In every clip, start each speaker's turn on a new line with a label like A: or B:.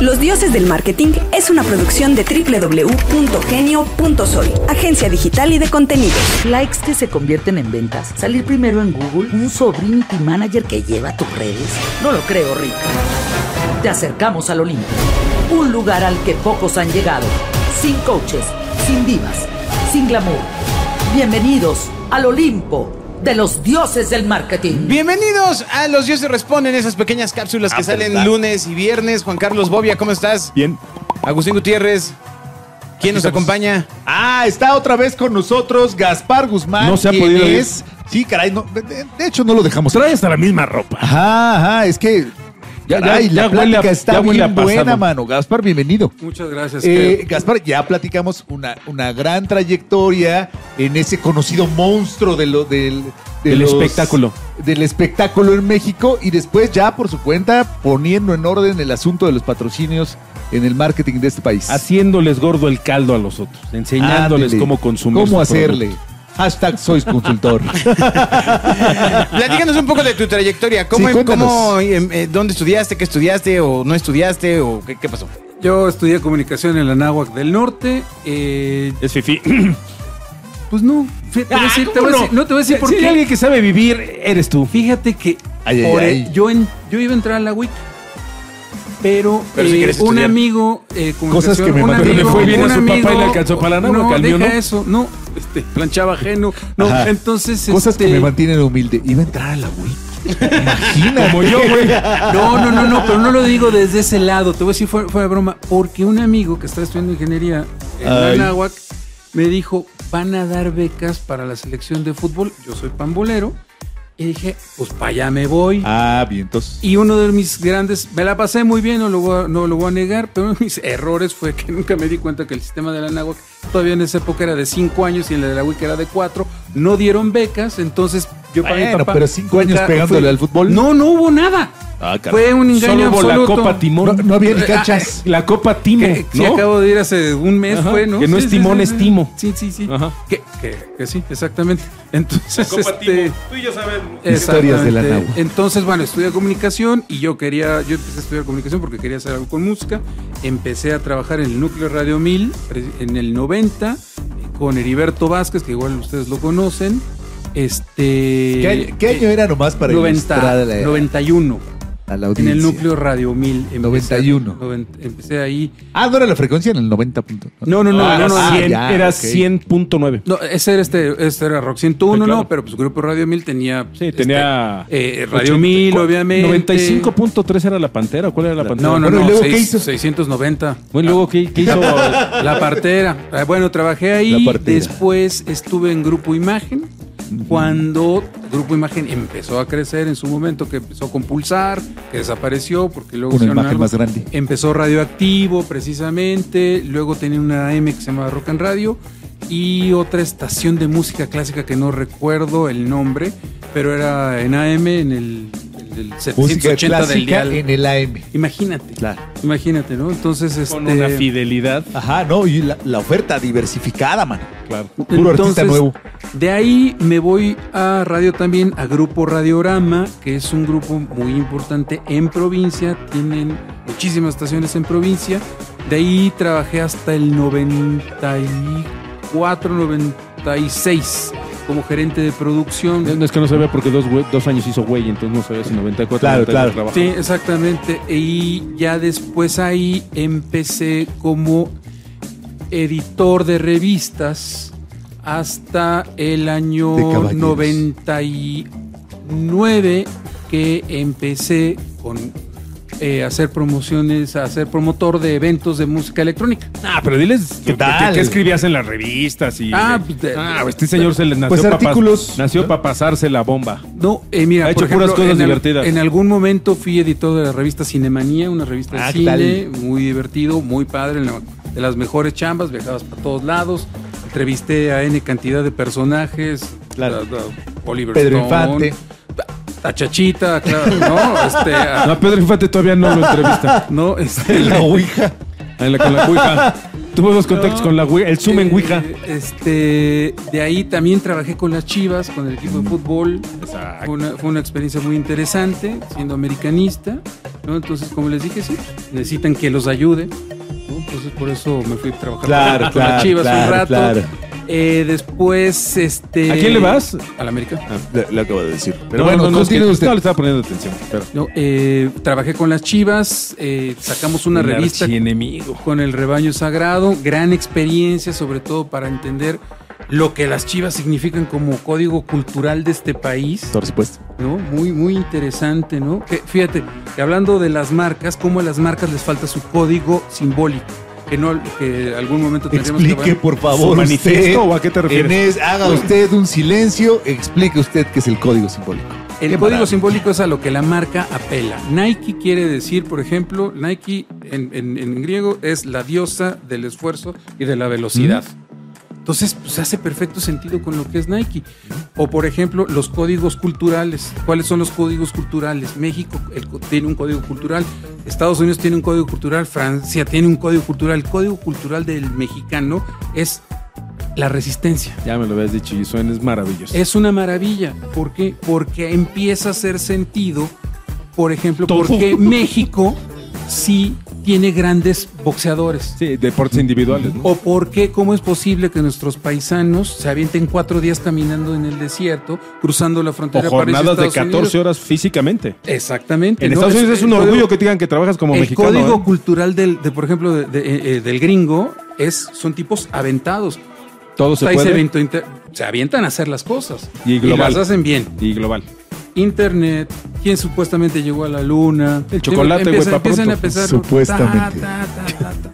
A: Los Dioses del Marketing es una producción de www.genio.soy, agencia digital y de contenidos.
B: Likes que se convierten en ventas. Salir primero en Google. Un sobrinity manager que lleva tus redes. No lo creo, Rick. Te acercamos al Olimpo. Un lugar al que pocos han llegado. Sin coaches, sin divas, sin glamour. Bienvenidos al Olimpo de los dioses del marketing.
C: Bienvenidos a Los Dioses Responden, esas pequeñas cápsulas que salen lunes y viernes. Juan Carlos Bobia, ¿cómo estás?
D: Bien.
C: Agustín Gutiérrez, ¿quién nos acompaña?
D: Ah, está otra vez con nosotros Gaspar Guzmán.
E: No se ha
D: quien
E: podido ir.
D: es- Sí, caray, no, de, de- de hecho no lo dejamos.
E: Trae hasta la misma ropa.
D: Ajá, ajá, es que.
E: Ya- ya-
D: caray, la
E: ya huele a-
D: plática está
E: ya huele a
D: bien buena,
E: pasado.
D: mano. Gaspar, bienvenido.
F: Muchas gracias.
D: Eh,
F: Keo.
D: Gaspar, ya platicamos una, una gran trayectoria en ese conocido monstruo de lo, del, de
E: Del espectáculo.
D: Del espectáculo en México y después ya por su cuenta poniendo en orden el asunto de los patrocinios en el marketing de este país.
E: Haciéndoles gordo el caldo a los otros. Enseñándoles
D: Ándele.
E: cómo consumir.
D: Cómo
E: su producto.
D: hacerle. Hashtag sois consultor.
C: Platícanos un poco de tu trayectoria. ¿Cómo,
D: Sí, cuéntanos.
C: cómo, em, eh, ¿Dónde estudiaste? ¿Qué estudiaste? ¿O no estudiaste? ¿O qué, qué pasó?
F: Yo estudié comunicación en la Náhuac del Norte. eh,
E: Es fifi.
F: pues no, fí-
E: Ah,
F: te voy a decir- te voy a decir- no te voy a decir por
E: Si hay
F: qué.
E: alguien que sabe vivir, eres tú.
F: Fíjate que
D: Ay, ay,
F: por-
D: ay.
F: Yo, en- yo iba a entrar a la WIC, pero,
C: Pero si
F: eh,
C: quieres
F: un
C: estudiar.
F: amigo, eh,
D: Cosas que me
F: un
D: matan. Pero le
F: amigo-
D: fue bien
F: un
E: a su papá y le
F: amigo-
E: alcanzó para la
F: No,
E: náhuac, al mío
F: deja
E: no.
F: eso, no, este, planchaba ajeno, no,
D: Ajá.
F: entonces,
D: Cosas que
F: este,
D: me mantienen humilde. Iba a entrar a la Wii. Imagínate.
E: Como yo, güey.
F: No, no, no, no, pero no lo digo desde ese lado. Te voy a decir fuera, fuera de broma. Porque un amigo que está estudiando ingeniería en la
D: Ay.
F: Náhuac me dijo: van a dar becas para la selección de fútbol. Yo soy pambolero. Y dije: pues para allá me voy.
D: Ah, vientos.
F: Y uno de mis grandes, me la pasé muy bien, no lo, voy a, no lo voy a negar, pero uno de mis errores fue que nunca me di cuenta que el sistema de la Náhuac todavía en esa época era de 5 años y el de la WIC era de 4. No dieron becas, entonces yo para mi
D: Bueno,
F: papá.
D: pero cinco años
F: nunca
D: pegándole
F: fui-
D: al fútbol.
F: No, no hubo nada.
D: Ah, caray.
F: fue un engaño
E: Solo hubo la
F: absoluto.
E: copa
D: No,
E: timón.
D: no había ni canchas.
E: La copa timo.
F: que, sí,
E: ¿no?
F: acabo de ir hace un mes,
E: Ajá,
F: fue, ¿no?
E: que no
F: Sí,
E: es
F: sí,
E: timón,
F: sí,
E: es
F: sí.
E: timo.
F: Sí, sí, sí.
E: Ajá.
F: Que, que- que sí, exactamente. Entonces, este,
E: Tú y yo sabemos.
D: Historias de la
F: Exactamente.
D: Nahua.
F: Entonces, bueno, estudié comunicación y yo quería, yo empecé a estudiar comunicación porque quería hacer algo con música. Empecé a trabajar en el núcleo Radio 1000 pre- en el 90 eh, con Heriberto Vázquez, que igual ustedes lo conocen. Este
D: ¿Qué año, qué año
F: eh,
D: era nomás para
F: 90,
D: ilustrar a la,
F: 91.
D: a la
F: En
D: audiencia?
F: el núcleo Radio 1000 empecé-
D: 91.
F: noventa- empecé ahí.
D: Ah, no era la frecuencia en el 90. punto.
F: No, no, no,
E: No,
F: no, no,
D: ah,
F: no.
D: ya,
E: era
D: ok.
E: 100.9.
F: No, ese era, este, este era Rock 101,
E: Sí, claro.
F: ¿no? Pero pues Grupo Radio 1000 tenía...
E: Sí, tenía.
F: este, eh, Radio 1000, obviamente.
E: 95.3 era la pantera. ¿Cuál era la pantera?
F: No, no,
D: Bueno, ¿y
F: no.
D: luego
F: seis-
D: qué hizo?
F: 690.
E: Bueno, luego, ¿qué, qué hizo?
F: La partera. Eh, Bueno, trabajé ahí.
D: La partera.
F: Después estuve en Grupo Imagen. Cuando Grupo Imagen empezó a crecer en su momento, que empezó con Pulsar, que desapareció porque luego
D: Una
F: hicieron
D: imagen
F: algo.
D: más grande.
F: Empezó radioactivo, precisamente. Luego tenía una AM que se llamaba Rock and Radio. Y otra estación de música clásica que no recuerdo el nombre, pero era en AM, en el, en el
D: Música
F: 780 del
D: clásica
F: dial.
D: en el AM.
F: Imagínate.
D: Claro.
F: Imagínate, ¿no? Entonces, este.
E: Con una fidelidad.
D: Ajá, no, y la, la oferta diversificada, man.
E: Claro.
D: Puro artista
F: entonces,
D: nuevo.
F: De ahí me voy a radio también, a Grupo Radiorama, que es un grupo muy importante en provincia. Tienen muchísimas estaciones en provincia. De ahí trabajé hasta el 94, 96 como gerente de producción.
E: No, no, es que no sabía porque dos, güe- dos años hizo güey, entonces no sabía si 94
D: Claro,
E: 92
D: claro.
E: trabajaba.
F: Sí, exactamente. Y ya después ahí empecé como editor de revistas hasta el año
D: De caballeros.
F: 99 que empecé con eh, hacer promociones, a ser promotor de eventos de música electrónica.
E: Ah, pero diles
D: ¿Qué
E: que-
D: tal?
E: que- que escribías en las revistas y.
F: Ah, pues, de-
E: Ah, este señor se le nació
D: Pues
E: pa' pas-
D: artículos.
E: nació para pasarse la bomba.
F: No, eh, mira,
E: Ha
F: por
E: hecho puras cosas
F: en al-
E: divertidas.
F: en algún momento fui editor de la revista Cinemanía, una revista de
D: Ah, ¿qué
F: cine, muy divertido, muy padre, en la- de las mejores chambas, viajabas para todos lados, entrevisté a N cantidad de personajes,
D: Claro.
F: a- a Oliver
D: Pedro
F: Stone,
D: Infante.
F: a Chachita, claro, no, este, a-
E: No, Pedro Infante todavía no lo entrevista.
F: no, este,
D: La Ouija.
E: En la, con la cuija. Tuvo dos contactos con la Ouija, el Zoom en
F: Eh,
E: Ouija.
F: Este, de ahí también trabajé con las Chivas, con el
E: Mm,
F: equipo de fútbol. Fue una, fue una experiencia muy interesante, siendo americanista. ¿no? Entonces, como les dije, sí, necesitan que los ayude. ¿no? Entonces, por eso
E: Ah,
F: me fui a trabajar
D: Claro,
F: con
D: claro,
F: las Chivas
D: claro,
F: un rato.
D: claro.
F: Eh, después, este.
E: ¿A quién le vas?
F: Al América.
G: Lo, lo acabo de decir. Pero
E: Pero
G: bueno,
E: bueno, no, es que-
D: continúe usted.
E: no le estaba poniendo atención. Pero
F: No, eh, trabajé con las Chivas, eh, sacamos una revista
E: enemigo.
F: con el rebaño sagrado, gran experiencia sobre todo para entender lo que las Chivas significan como código cultural de este país,
G: por supuesto.
F: ¿no? Muy, muy interesante, ¿no? Que, fíjate, que hablando de las marcas, cómo a las marcas les falta su código simbólico, que no, que algún momento tendríamos
D: Explique,
F: que...
D: por
E: ¿Su
D: favor, usted.
E: manifiesto o a qué te refieres?
D: En es- haga usted un silencio, explique usted qué es el código simbólico.
F: El
D: Qué
F: código
D: maravilla.
F: simbólico es a lo que la marca apela. Nike quiere decir, por ejemplo, Nike en, en- en griego es la diosa del esfuerzo y de la velocidad. Entonces, pues hace perfecto sentido con lo que es Nike. O, por ejemplo, los códigos culturales. ¿Cuáles son los códigos culturales? México el co- tiene un código cultural, Estados Unidos tiene un código cultural, Francia tiene un código cultural. El código cultural del mexicano es la resistencia.
E: Ya me lo habías dicho y suena es maravilloso.
F: Es una maravilla. ¿Por qué? Porque empieza a hacer sentido, por ejemplo, porque México sí tiene grandes boxeadores.
E: Sí, deportes individuales, ¿no?
F: O por qué, cómo es posible que nuestros paisanos se avienten cuatro días caminando en el desierto, cruzando la
E: O
F: frontera. para irse a
E: jornadas de
F: Estados
E: 14
F: Unidos?
E: horas físicamente.
F: Exactamente.
E: En
F: ¿no?
E: Estados Unidos es
F: el
E: un
F: código-
E: orgullo que te digan que trabajas como
F: el
E: mexicano.
F: código
E: ¿eh?
F: cultural del, de, por ejemplo, de- de- eh, del gringo es, son tipos aventados.
E: ¿eh? Todo se
F: Traes
E: puede
F: evento inter- se avientan a hacer las cosas
E: Y global.
F: las hacen bien.
E: y global.
F: internet, quién supuestamente llegó a la luna.
E: El chocolate, güey,
F: Empiezan-
E: pa'
F: Empiezan a
E: pronto.
F: pensar.
D: Supuestamente.
F: ta, ta, ta, ta, ta,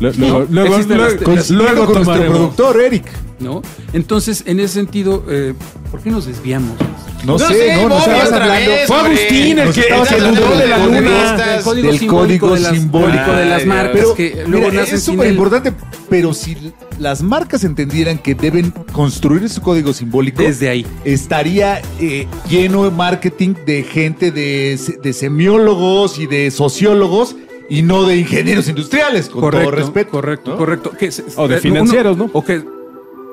E: Luego, luego,
F: existen las-
E: luego,
F: las-
E: pues, luego
D: con nuestro
E: tomaremos.
D: productor, Eric.
F: ¿no? Entonces, en ese sentido, eh, ¿por qué nos desviamos?
D: No, sé, no, no
C: Bobby,
D: estabas
C: otra
D: hablando.
C: vez,
E: Fue
C: hombre.
E: Agustín el
C: Nos
E: que-
C: estabas
E: el que
C: hablando
E: dudó de la luna.
C: futbolistas.
F: Del código
D: del
F: simbólico
D: código
F: de las,
D: simbólico.
F: de las
C: Ay,
F: marcas
D: Pero
F: que luego
D: mira,
F: nacen
D: es
F: sin
D: súper
F: él.
D: importante, pero si las marcas entendieran que deben construir su código simbólico,
F: desde ahí.
D: estaría eh, lleno de marketing de gente de, se- de semiólogos y de sociólogos y no de ingenieros industriales, con todo respeto.
F: Correcto,
D: ¿no?
F: correcto. Que se-
E: O de
F: uno-
E: financieros, ¿no?
F: O que,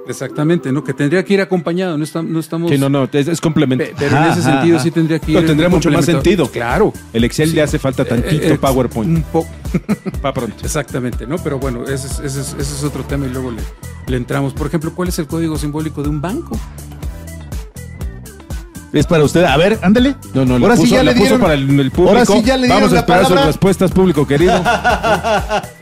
F: exactamente, ¿no? Que tendría que ir acompañado, no, está- no estamos...
E: Sí, no, no, es, es complemento.
F: pe- pero en ese
D: Ajá,
F: sentido
D: ajá.
F: sí tendría que ir...
E: No, tendría mucho más
F: complementado.
E: sentido. Claro. El Excel le hace falta tantito
F: Eh, eh, Un
E: PowerPoint.
F: poco.
E: Pa' pronto.
F: Exactamente, ¿no? Pero bueno, ese es, ese es- ese es otro tema y luego le, le entramos. Por ejemplo, ¿cuál es el código simbólico de un banco?
D: Es para usted. A ver, ándale.
E: No, no,
D: Ahora
E: la puso,
D: sí ya
E: la
D: le
E: puso
D: dieron.
E: para el, el público.
D: Ahora sí ya le dieron
E: Vamos a
D: la
E: esperar sus
D: palabra.
E: respuestas, público querido.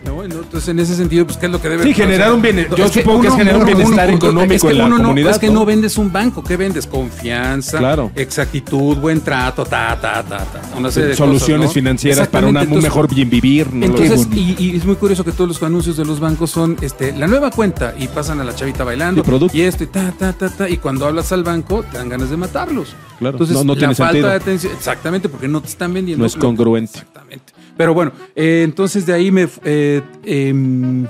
F: ¿No? Entonces, en ese sentido, pues, ¿qué es lo que debe
E: Sí, generar un bienestar. Yo supongo que es generar un bienestar económico en la
F: uno no-
E: comunidad.
F: Es que
E: ¿no?
F: no vendes un banco, ¿qué vendes? Confianza,
E: Claro.
F: exactitud, buen trato, ta, ta, ta, ta. Una serie de
E: Soluciones
F: cosas, ¿no?
E: financieras para una-
F: Exactamente,
E: un
F: entonces,
E: mejor bien vivir. ¿no?
F: Entonces,
E: Qué bonito.
F: y, y es muy curioso que todos los anuncios de los bancos son este, la nueva cuenta y pasan a la chavita bailando
E: Y producto.
F: esto y ta, ta, ta, ta. Y cuando hablas al banco, te dan ganas de matarlos.
E: Claro,
F: Entonces,
E: no- no
F: la
E: tiene
F: falta
E: sentido.
F: de atención, exactamente, porque no te están vendiendo.
E: No es
F: lo-
E: congruente.
F: Exactamente. Pero bueno, eh, entonces de ahí me. f- eh, em,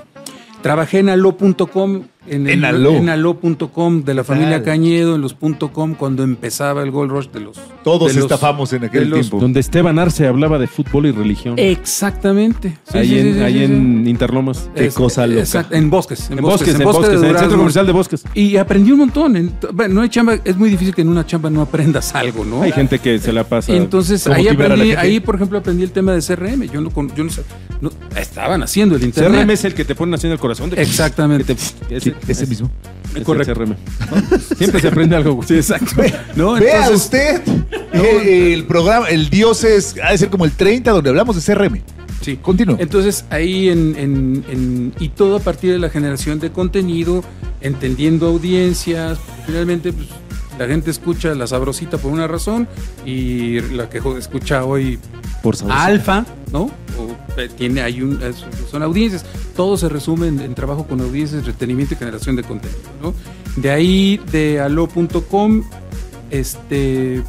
F: Trabajé en alo.com, en, el-
D: En Aló.
F: en alo.com de la familia
D: Claro.
F: Cañedo, en los punto .com, cuando empezaba el Gold Rush de los...
D: Todos
F: de los-
D: estafamos en
F: de
D: aquel
F: los-
D: tiempo.
E: Donde Esteban Arce hablaba de fútbol y religión.
F: Exactamente. Sí,
E: ahí
F: sí,
E: en,
F: sí, sí,
E: ahí
F: sí, sí.
E: en Interlomas.
D: Qué
F: Es-
D: cosa loca.
F: exacto, en bosques.
E: En bosques, en bosques, en el
F: Durazno.
E: centro comercial de bosques.
F: Y aprendí un montón. En- bueno, no hay chamba, es muy difícil que en una chamba no aprendas algo, ¿no?
E: Hay gente que se la pasa.
F: Entonces,
E: ¿Cómo
F: ahí
E: tirar a la
F: aprendí,
E: gente?
F: ahí por ejemplo aprendí el tema de CRM. Yo no, con- yo no sé, no- estaban haciendo el internet.
E: CRM es el que te ponen haciendo el corazón. de-
F: Exactamente.
E: que te-
D: Sí, ese mismo.
E: es el
F: Correcto.
E: CRM. Siempre se aprende algo. güey.
F: ¿no?
D: Vea
F: Entonces,
D: usted eh, el programa, el dios es, ha de ser como el 30 donde hablamos de CRM.
F: Sí.
D: Continúa.
F: Entonces ahí en, en- en- y todo a partir de la generación de contenido, entendiendo audiencias, finalmente pues, la gente escucha la sabrosita por una razón y la que jo- escucha hoy
D: Por
F: alfa, ¿no? O, eh, tiene hay un es- son audiencias, todo se resume en, en trabajo con audiencias, entretenimiento y generación de contenido, ¿no? De ahí de alo.com este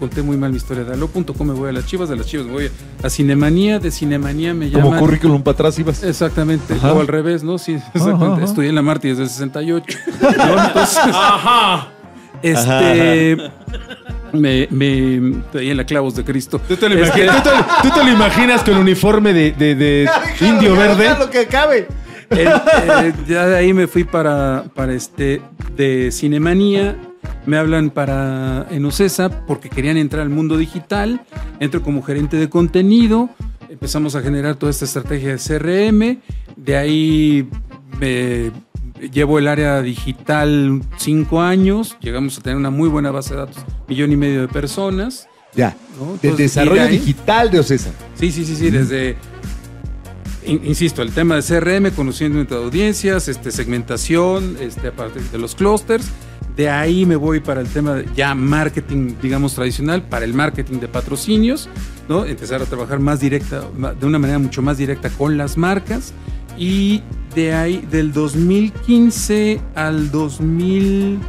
F: conté muy mal mi historia de alo.com me voy a las Chivas, de las Chivas me voy a Cinemanía, de Cinemanía me
D: Como
F: llaman
D: currículum para atrás ibas.
F: Exactamente,
D: Ajá. Ah,
F: o al revés, ¿no? Sí, exactamente.
D: ajá.
F: Estudié en la Marti desde el 68. ¿no? Entonces, Este. Me, me. Ahí en la clavos de Cristo.
E: ¿Tú te, lo imagi- tú te lo- tú te lo imaginas con uniforme de, de- de indio verde?
D: lo que cabe.
F: El- eh, ya de ahí me fui para, para este de Cinemanía. Me hablan para en Ocesa porque querían entrar al mundo digital. Entro como gerente de contenido. Empezamos a generar toda esta estrategia de CRM. De ahí me llevo el área digital cinco años. Llegamos a tener una muy buena base de datos, millón y medio de personas.
D: Ya.
F: ¿no?
D: Del
F: Entonces, y de
D: desarrollo
F: ahí-
D: digital de Ocesa.
F: Sí, sí, sí, sí, desde, in- insisto, el tema de CRM, conociendo entre audiencias, este, segmentación, este, a partir de los clusters. De ahí me voy para el tema de ya marketing, digamos, tradicional, para el marketing de patrocinios, ¿no? Empezar a trabajar más directa, ma- de una manera mucho más directa con las marcas. Y de ahí, del 2015 al 2000...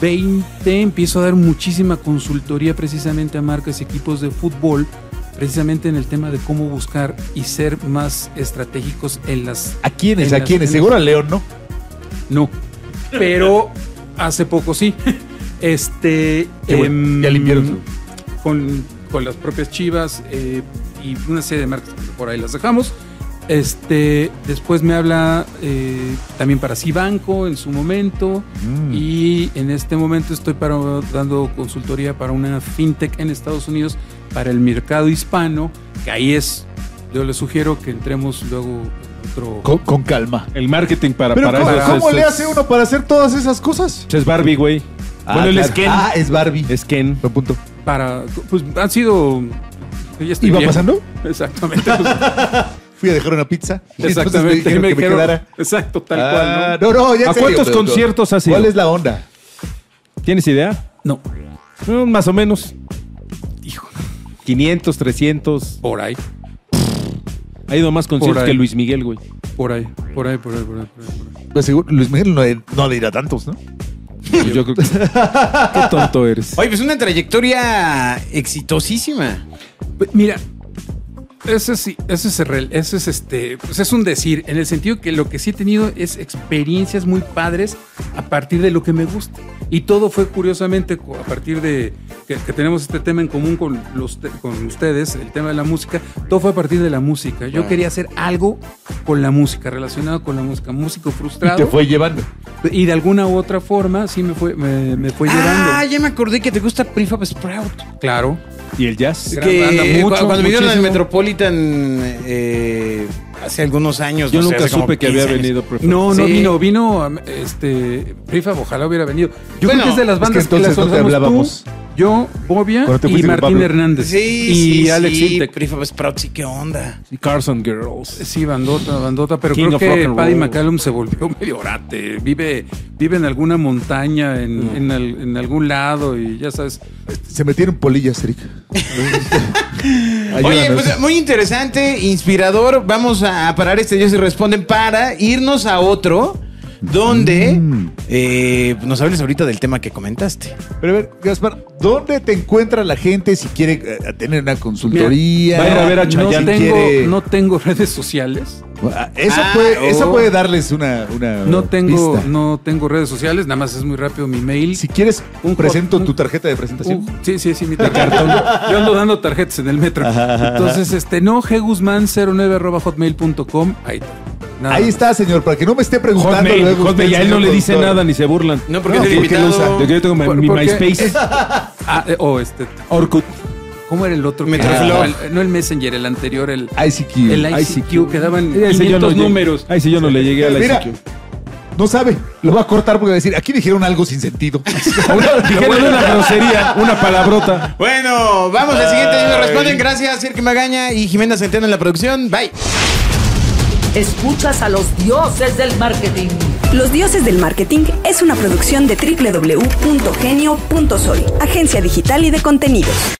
F: 20 empiezo a dar muchísima consultoría precisamente a marcas y equipos de fútbol, precisamente en el tema de cómo buscar y ser más estratégicos en las...
D: ¿A quiénes?
F: En
D: ¿A
F: las-
D: quiénes?
F: en
D: Seguro a León, ¿no?
F: No, pero hace poco sí. Este...
D: Qué bueno, ya limpiaron su-
F: con, con las propias chivas eh, y una serie de marcas que por ahí las dejamos. Este, después me habla eh, también para Cibanco en su momento
D: Mm.
F: y en este momento estoy para, dando consultoría para una fintech en Estados Unidos para el mercado hispano, que ahí es, yo les sugiero que entremos luego en otro...
D: Con, con calma.
E: El marketing para...
D: Pero
E: Ah, para
D: ¿cómo,
E: esas-
D: cómo le
E: esas-
D: hace uno para hacer todas esas cosas?
E: Es Barbie, güey. bueno, él
D: claro.
E: es Ken.
D: Ah, es Barbie.
E: Es Ken.
D: Buen punto.
F: Para, pues han sido... yo ya estoy
D: ¿Iba
F: viejo.
D: pasando?
F: Exactamente. pues,
D: Fui a dejar una pizza. y entonces me
F: exactamente.
D: dijeron
F: me
D: que me
F: dijeron-
D: quedara.
F: Exacto, tal
D: Ah,
F: cual. ¿no?
D: no, no, ya en
E: ¿A
D: serio,
E: cuántos
D: pero-
E: conciertos has ido?
D: ¿Cuál es la onda?
E: ¿Tienes idea?
F: No.
E: Mm, más o menos.
F: Hijo,
E: 500, 300.
F: por ahí,
E: Ha ido a más conciertos
F: ahí.
E: que Luis Miguel, güey.
F: por ahí, por ahí, por ahí, por ahí. Por ahí.
D: Pues seguro, Luis Miguel no, no le irá a tantos, ¿no?
E: Pues yo creo que... Qué tonto eres.
C: Oye, pues una trayectoria exitosísima.
F: Pe- Mira, ese sí, ese es real, ese es este, pues es un decir, en el sentido que lo que sí he tenido es experiencias muy padres a partir de lo que me gusta. Y todo fue curiosamente co- a partir de que, que tenemos este tema en común con, los, te- con ustedes, el tema de la música, todo fue a partir de la música. Yo quería hacer algo con la música, relacionado con la música, músico
D: Y te
F: frustrado.
D: fue llevando.
F: Y, de alguna u otra forma sí me fue, me, me fue
C: Ah,
F: llevando.
C: ya me acordé que te gusta Prefab Sprout.
F: Claro.
E: ¿Y el jazz?
F: Gran banda,
C: Que
F: mucho,
C: cu- cuando vinieron al
F: muchísimo.
C: Metropolitan eh, hace algunos años.
E: Yo
C: no sé,
E: nunca
C: hace como
E: supe que había
C: 15 años.
E: venido, profe.
F: No, no
C: Sí.
F: vino, vino am, este Prefab, ojalá hubiera venido. Yo
C: Bueno,
F: creo que es de las
D: es que
F: bandas que,
D: entonces
F: las
D: no te
F: usamos
D: hablábamos.
F: tú, yo, Bobia
D: Cuando te
F: y
D: fuiste con
F: Martín
D: Pablo.
F: Hernández
C: Sí,
F: y
C: sí,
F: Alex
C: sí,
F: Intec.
C: Prefab Sprout sí, qué onda.
E: Carson Girls.
F: Sí, bandota, bandota, pero
E: King
F: creo
E: of rock
F: que
E: and
F: Paddy
E: roll.
F: McCallum se volvió medio orate. Vive, vive en alguna montaña, en, en al- en algún lado y ya sabes.
D: Se metieron polillas, Eric.
C: Oye,
D: Ayúdanos.
C: pues muy interesante, inspirador. Vamos a parar este Dios y responden para irnos a otro donde eh, nos hables ahorita del tema que comentaste.
D: Pero a ver, Gaspar, ¿dónde te encuentra la gente si quiere eh, tener una consultoría?
E: Mira, va a ir a ver a
F: no,
E: Chayanne.
F: tengo,
D: Quiere-
F: no tengo redes sociales.
D: Ah, Eso,
C: Ah,
D: puede, eso
F: oh.
D: puede darles una, una
F: No tengo,
D: pista.
F: no tengo redes sociales, nada más es muy rápido mi mail.
D: Si quieres,
F: Un jo-
D: presento
F: un-
D: tu tarjeta de presentación.
F: Uh, sí, sí, sí, mi cartón. Yo ando dando tarjetas en el metro. Entonces, este, no, guzmán09 Ahí, nada
D: Ahí
F: más.
D: está, señor, para que no me esté preguntando
E: Ah. Hotmail,
D: luego usted,
E: Hotmail, a él no
D: señor
E: le dice
D: productor.
E: nada ni se burlan.
C: No, porque
D: No,
C: es el
D: porque lo
C: invitado.
E: Yo, yo tengo mi,
F: Por-
E: mi
F: porque-
E: MySpace.
F: Ah, eh, o este,
E: Orkut.
F: ¿cómo era el otro? que
C: Metroflog.
F: era? El- no el Messenger, el anterior, el,
D: ICQ.
F: el ICQ, que daban 500
E: llegué-
F: números.
E: Ahí sí yo no le llegué a la
D: Mira,
E: ICQ.
D: no sabe. Lo va a cortar porque va a decir, aquí dijeron algo sin sentido.
E: Dijeron una grosería, una palabrota.
C: Bueno, vamos al siguiente Dios y responden. Gracias, Cirque Magaña y Jimena Centeno en la producción. Bye.
B: Escuchas a los dioses del marketing.
A: Los Dioses del Marketing es una producción de www.genio.sol, agencia digital y de contenidos.